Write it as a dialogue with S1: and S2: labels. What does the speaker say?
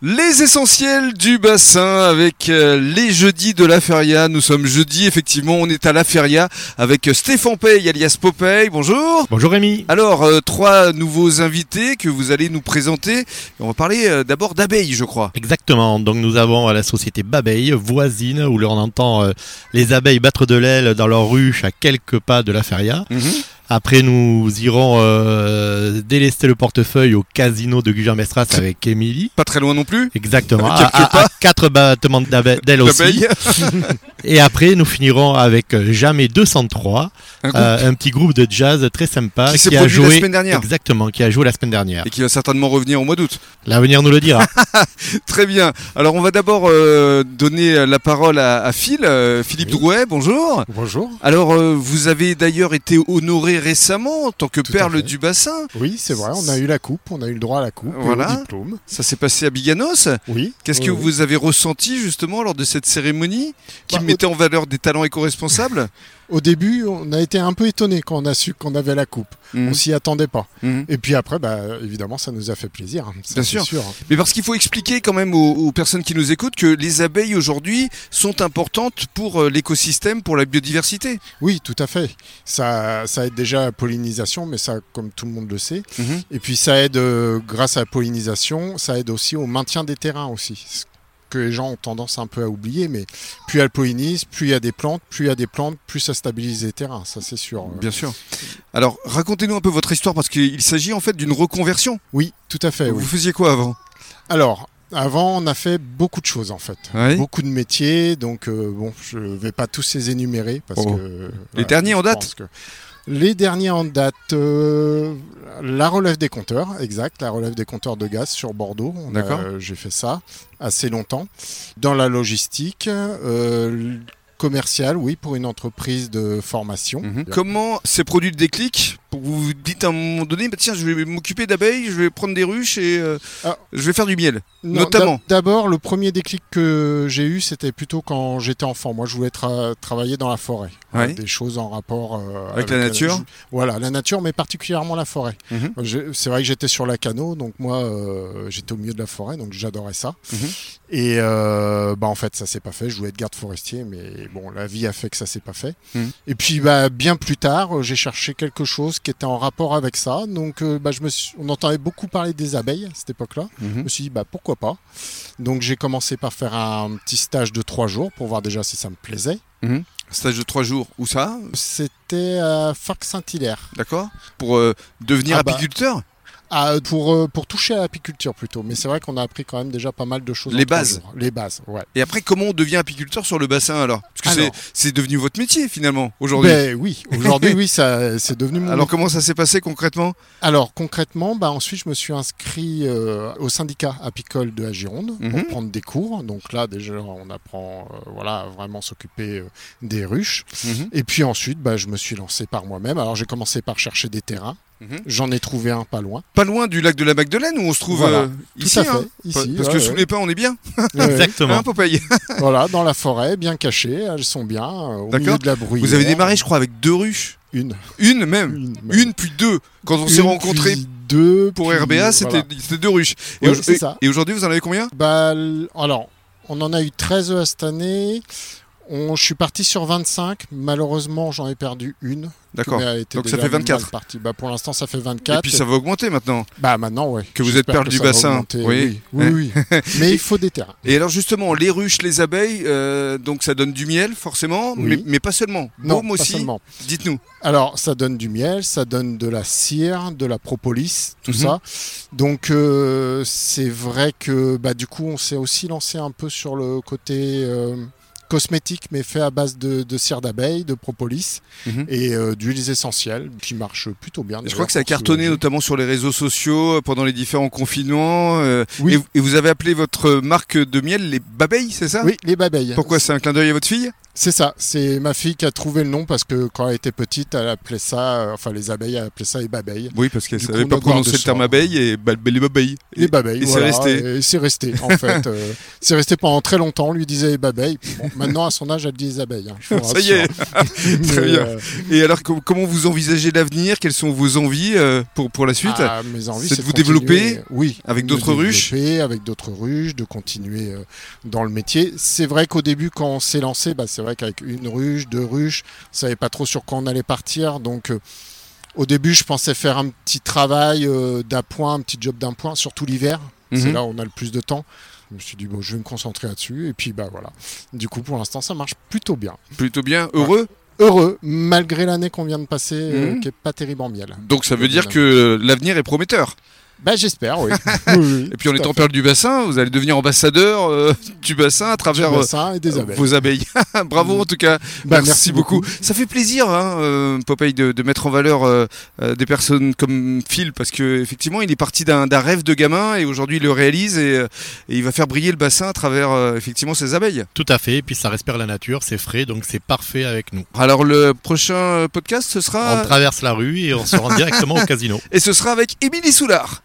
S1: Les essentiels du bassin avec euh, les jeudis de la feria. Nous sommes jeudi, effectivement, on est à la feria avec Stéphane Paye alias Popeye. Bonjour.
S2: Bonjour Rémi.
S1: Alors, euh, trois nouveaux invités que vous allez nous présenter. On va parler euh, d'abord d'abeilles, je crois.
S2: Exactement. Donc nous avons euh, la société Babeille, voisine, où l'on entend euh, les abeilles battre de l'aile dans leur ruche à quelques pas de la feria. Après, nous irons euh, délester le portefeuille au casino de Gujan-Mestras avec Émilie.
S1: Pas très loin non plus.
S2: Exactement.
S1: À
S2: À,
S1: quelques
S2: à- à
S1: pas.
S2: quatre battements d'abe- d'ailes aussi.
S1: D'abeilles.
S2: Et après, nous finirons avec euh, Jamais 203,
S1: Un groupe
S2: euh, un petit groupe de jazz très sympa
S1: qui s'est produit la semaine dernière
S2: Exactement, qui a joué la semaine dernière.
S1: et qui va certainement revenir au mois d'août.
S2: L'avenir nous le dira.
S1: Très bien. Alors, on va d'abord euh, donner la parole à, à Phil, euh, Philippe
S3: Oui.
S1: Drouet. Bonjour.
S3: Bonjour.
S1: Alors, euh, vous avez d'ailleurs été honoré récemment en tant que
S3: à
S1: perle
S3: fait.
S1: du bassin.
S3: Oui, c'est vrai, on a eu la coupe, on a eu le droit à la coupe, et au
S1: Voilà.
S3: diplôme.
S1: Ça s'est passé à Biganos.
S3: Oui. Euh,
S1: Qu'est-ce
S3: Oui,
S1: que
S3: oui.
S1: vous avez ressenti justement lors de cette cérémonie qui
S3: Bah, au-
S1: mettait en valeur des talents éco-responsables
S3: Au début, on a été un peu étonné quand on a su qu'on avait la coupe.
S1: Mm.
S3: On s'y attendait pas.
S1: Mhm.
S3: Et puis après, bah, évidemment, ça nous a fait plaisir. hein, ça,
S1: Bien
S3: c'est
S1: sûr. Mais parce qu'il faut expliquer quand même aux, aux personnes qui nous écoutent que les abeilles aujourd'hui sont importantes pour euh, l'écosystème, pour la biodiversité.
S3: Oui, tout à fait. Ça, ça aide déjà à la pollinisation, mais ça, comme tout le monde le sait. Et puis ça aide, euh, grâce à la pollinisation, ça aide aussi au maintien des terrains aussi. Ce que les gens ont tendance un peu à oublier, mais plus elle pollinise, plus il y a des plantes, plus il y a des plantes, plus ça stabilise les terrains, ça c'est sûr.
S1: Bien sûr. Alors racontez-nous un peu votre histoire parce qu'il s'agit en fait d'une reconversion.
S3: Oui, tout à fait.
S1: Vous
S3: Eh oui.
S1: faisiez quoi avant
S3: Alors, avant, on a fait beaucoup de choses en fait.
S1: Oui.
S3: Beaucoup de métiers, donc euh, bon, je vais pas tous les énumérer parce
S1: Oh.
S3: que euh,
S1: derniers en
S3: je
S1: date
S3: pense que- Les derniers en date, euh, la relève des compteurs, exact, la relève des compteurs de gaz sur Bordeaux. On a-
S1: D'accord.
S3: euh, J'ai fait ça assez longtemps. Dans la logistique, euh, commerciale, oui, pour une entreprise de formation.
S1: Mhm. Comment s'est produit le déclic pour vous vous dites à un moment donné bah, tiens je vais m'occuper d'abeilles, je vais prendre des ruches et euh,
S3: Ah.
S1: je vais faire du miel.
S3: Non,
S1: Notamment.
S3: d'ab- D'abord, le premier déclic que j'ai eu, c'était plutôt quand j'étais enfant. Moi, je voulais tra- travailler dans la forêt.
S1: Ouais.
S3: Des choses en rapport euh,
S1: Avec la nature.
S3: je- voilà, la nature, mais particulièrement la forêt.
S1: Mhm.
S3: Je- C'est vrai que j'étais sur la canot, donc moi, euh, j'étais au milieu de la forêt, donc j'adorais ça.
S1: Mhm.
S3: Et euh, bah, en fait, ça s'est pas fait. Je voulais être garde forestier, mais bon, la vie a fait que ça s'est pas fait.
S1: Mhm.
S3: Et puis, bah, bien plus tard, euh, j'ai cherché quelque chose qui était en rapport avec ça. Donc, euh, bah, je me suis- on entendait beaucoup parler des abeilles à cette époque-là. Je me suis dit, bah, pourquoi pas Donc j'ai commencé par faire un petit stage de trois jours pour voir déjà si ça me plaisait.
S1: Stage de trois jours, où ça
S3: C'était à Farc Saint-Hilaire,
S1: D'accord Pour euh, devenir
S3: Ah bah,
S1: apiculteur
S3: Ah, pour, euh, pour toucher à l'apiculture plutôt. Mais c'est vrai qu'on a appris quand même déjà pas mal de choses. en
S1: Les
S3: trois
S1: bases.
S3: jours. Les bases, ouais.
S1: Et après, comment on devient apiculteur sur le bassin alors Parce que c'est-
S3: Alors.
S1: c'est devenu votre métier finalement aujourd'hui.
S3: Ben oui, aujourd'hui oui, ça c'est devenu mon.
S1: Alors comment ça s'est passé concrètement
S3: Alors concrètement, bah, ensuite je me suis inscrit euh, au syndicat apicole de la Gironde
S1: Mhm.
S3: pour prendre des cours. Donc là déjà on apprend euh, voilà, à vraiment s'occuper euh, des ruches.
S1: Mhm.
S3: Et puis ensuite bah, je me suis lancé par moi-même. Alors j'ai commencé par chercher des terrains.
S1: Mhm.
S3: J'en ai trouvé un pas loin.
S1: Pas loin du lac de la Magdeleine où on se trouve
S3: Voilà.
S1: euh,
S3: Tout
S1: ici.
S3: à fait,
S1: hein.
S3: ici.
S1: Parce
S3: ouais,
S1: que sous
S3: ouais.
S1: les pins, on est bien.
S3: Ouais, ouais.
S2: Exactement.
S1: Hein, Popeye
S3: voilà, dans la forêt, bien cachées, elles sont bien, euh, au
S1: D'accord.
S3: milieu de la bruyère.
S1: Vous avez démarré, je crois, avec deux ruches.
S3: Une.
S1: Une même.
S3: Une,
S1: Une puis deux. Quand on s'est
S3: Une,
S1: rencontrés
S3: puis deux.
S1: pour
S3: puis-
S1: RBA, c'était
S3: voilà.
S1: c'était deux ruches. Et
S3: Ouais,
S1: au-
S3: c'est
S1: et-
S3: ça.
S1: et aujourd'hui, vous en avez combien
S3: Bah, l- alors, on en a eu 13 à cette année. On, je suis parti sur 25. Malheureusement, j'en ai perdu une.
S1: D'accord.
S3: mais elle était
S1: Donc ça
S3: déjà
S1: fait 24.
S3: mal partie. Bah, pour l'instant, ça fait
S1: Et
S3: 24.
S1: puis ça va augmenter maintenant.
S3: Bah, maintenant, ouais.
S1: Que vous êtes
S3: J'espère
S1: perle
S3: que
S1: du
S3: ça va
S1: bassin,
S3: augmenter.
S1: oui.
S3: Oui, oui, oui. mais il faut des terrains.
S1: Et alors justement, les ruches, les abeilles, euh, donc ça donne du miel forcément,
S3: Oui.
S1: mais, mais pas seulement.
S3: Non,
S1: Baume
S3: pas
S1: aussi.
S3: seulement.
S1: Dites-nous.
S3: Alors, ça donne du miel, ça donne de la cire, de la propolis, tout
S1: Mhm.
S3: ça. Donc, euh, c'est vrai que bah, du coup, on s'est aussi lancé un peu sur le côté euh, cosmétique, mais fait à base de, de cire d'abeille, de propolis
S1: Mhm.
S3: et euh, d'huiles essentielles, qui marchent plutôt bien.
S1: Je
S3: d'ailleurs,
S1: crois que ça a
S3: pour
S1: cartonné
S3: soulager.
S1: notamment sur les réseaux sociaux euh, pendant les différents confinements. euh,
S3: Oui.
S1: et, et vous avez appelé votre marque de miel les babeilles, c'est ça
S3: Oui, les babeilles.
S1: Pourquoi c'est un clin d'œil à votre fille
S3: C'est ça, c'est ma fille qui a trouvé le nom parce que quand elle était petite, elle appelait ça, euh, enfin les abeilles, elle appelait ça les babeilles.
S1: Oui, parce qu'elle
S3: Du
S1: savait
S3: coup,
S1: pas
S3: nos gardes
S1: prononcer le terme
S3: sort.
S1: abeille et bah, les babeilles.
S3: Les babeilles,
S1: et c'est
S3: voilà,
S1: resté.
S3: et c'est resté en fait. euh, c'est resté pendant très longtemps, on lui disait les babeilles. Bon, maintenant à son âge, elle dit les abeilles. hein, je vous
S1: Ça y est.
S3: rassure.
S1: Très
S3: Mais,
S1: bien.
S3: euh,
S1: Et alors, com- comment vous envisagez l'avenir Quelles sont vos envies euh, pour, pour la suite
S3: Ah, mes envies,
S1: c'est de vous
S3: continuer,
S1: développer
S3: euh, oui,
S1: avec
S3: me
S1: d'autres ruches.
S3: développer Avec d'autres ruches, de continuer euh, dans le métier. C'est vrai qu'au début, quand on s'est lancé, bah, c'est vrai qu'avec une ruche, deux ruches, on savait pas trop sur quoi on allait partir. Donc, euh, au début, je pensais faire un petit travail euh, d'un point, un petit job d'un point, surtout l'hiver. C'est
S1: Mhm.
S3: là où on a le plus de temps. Je me suis dit, bon, je vais me concentrer là-dessus. Et puis, bah voilà. Du coup, pour l'instant, ça marche plutôt bien.
S1: Plutôt bien, heureux.
S3: Heureux, malgré l'année qu'on vient de passer, euh,
S1: Mhm.
S3: qui est pas terrible en miel.
S1: Donc ça veut
S3: Plutôt
S1: dire que l'avenir est prometteur.
S3: Bah, j'espère, oui. Oui, oui,
S1: Et puis en
S3: tout à
S1: étant perle du bassin, vous allez devenir ambassadeur euh, du bassin à
S3: Du
S1: travers euh,
S3: bassin et des abeilles.
S1: vos abeilles. Bravo en tout cas.
S3: Bah,
S1: merci, beaucoup. Ça fait plaisir, hein, euh, Popeye, de, de mettre en valeur euh, euh, des personnes comme Phil, parce que effectivement, il est parti d'un d'un rêve de gamin et aujourd'hui, il le réalise et, euh, et il va faire briller le bassin à travers euh, effectivement ses abeilles.
S2: Tout à fait, et puis ça respire la nature, c'est frais, donc c'est parfait avec nous.
S1: Alors le prochain euh, podcast, ce
S2: On
S1: sera
S2: traverse la rue et on se rend directement au casino.
S1: et ce sera avec Émilie Soulard.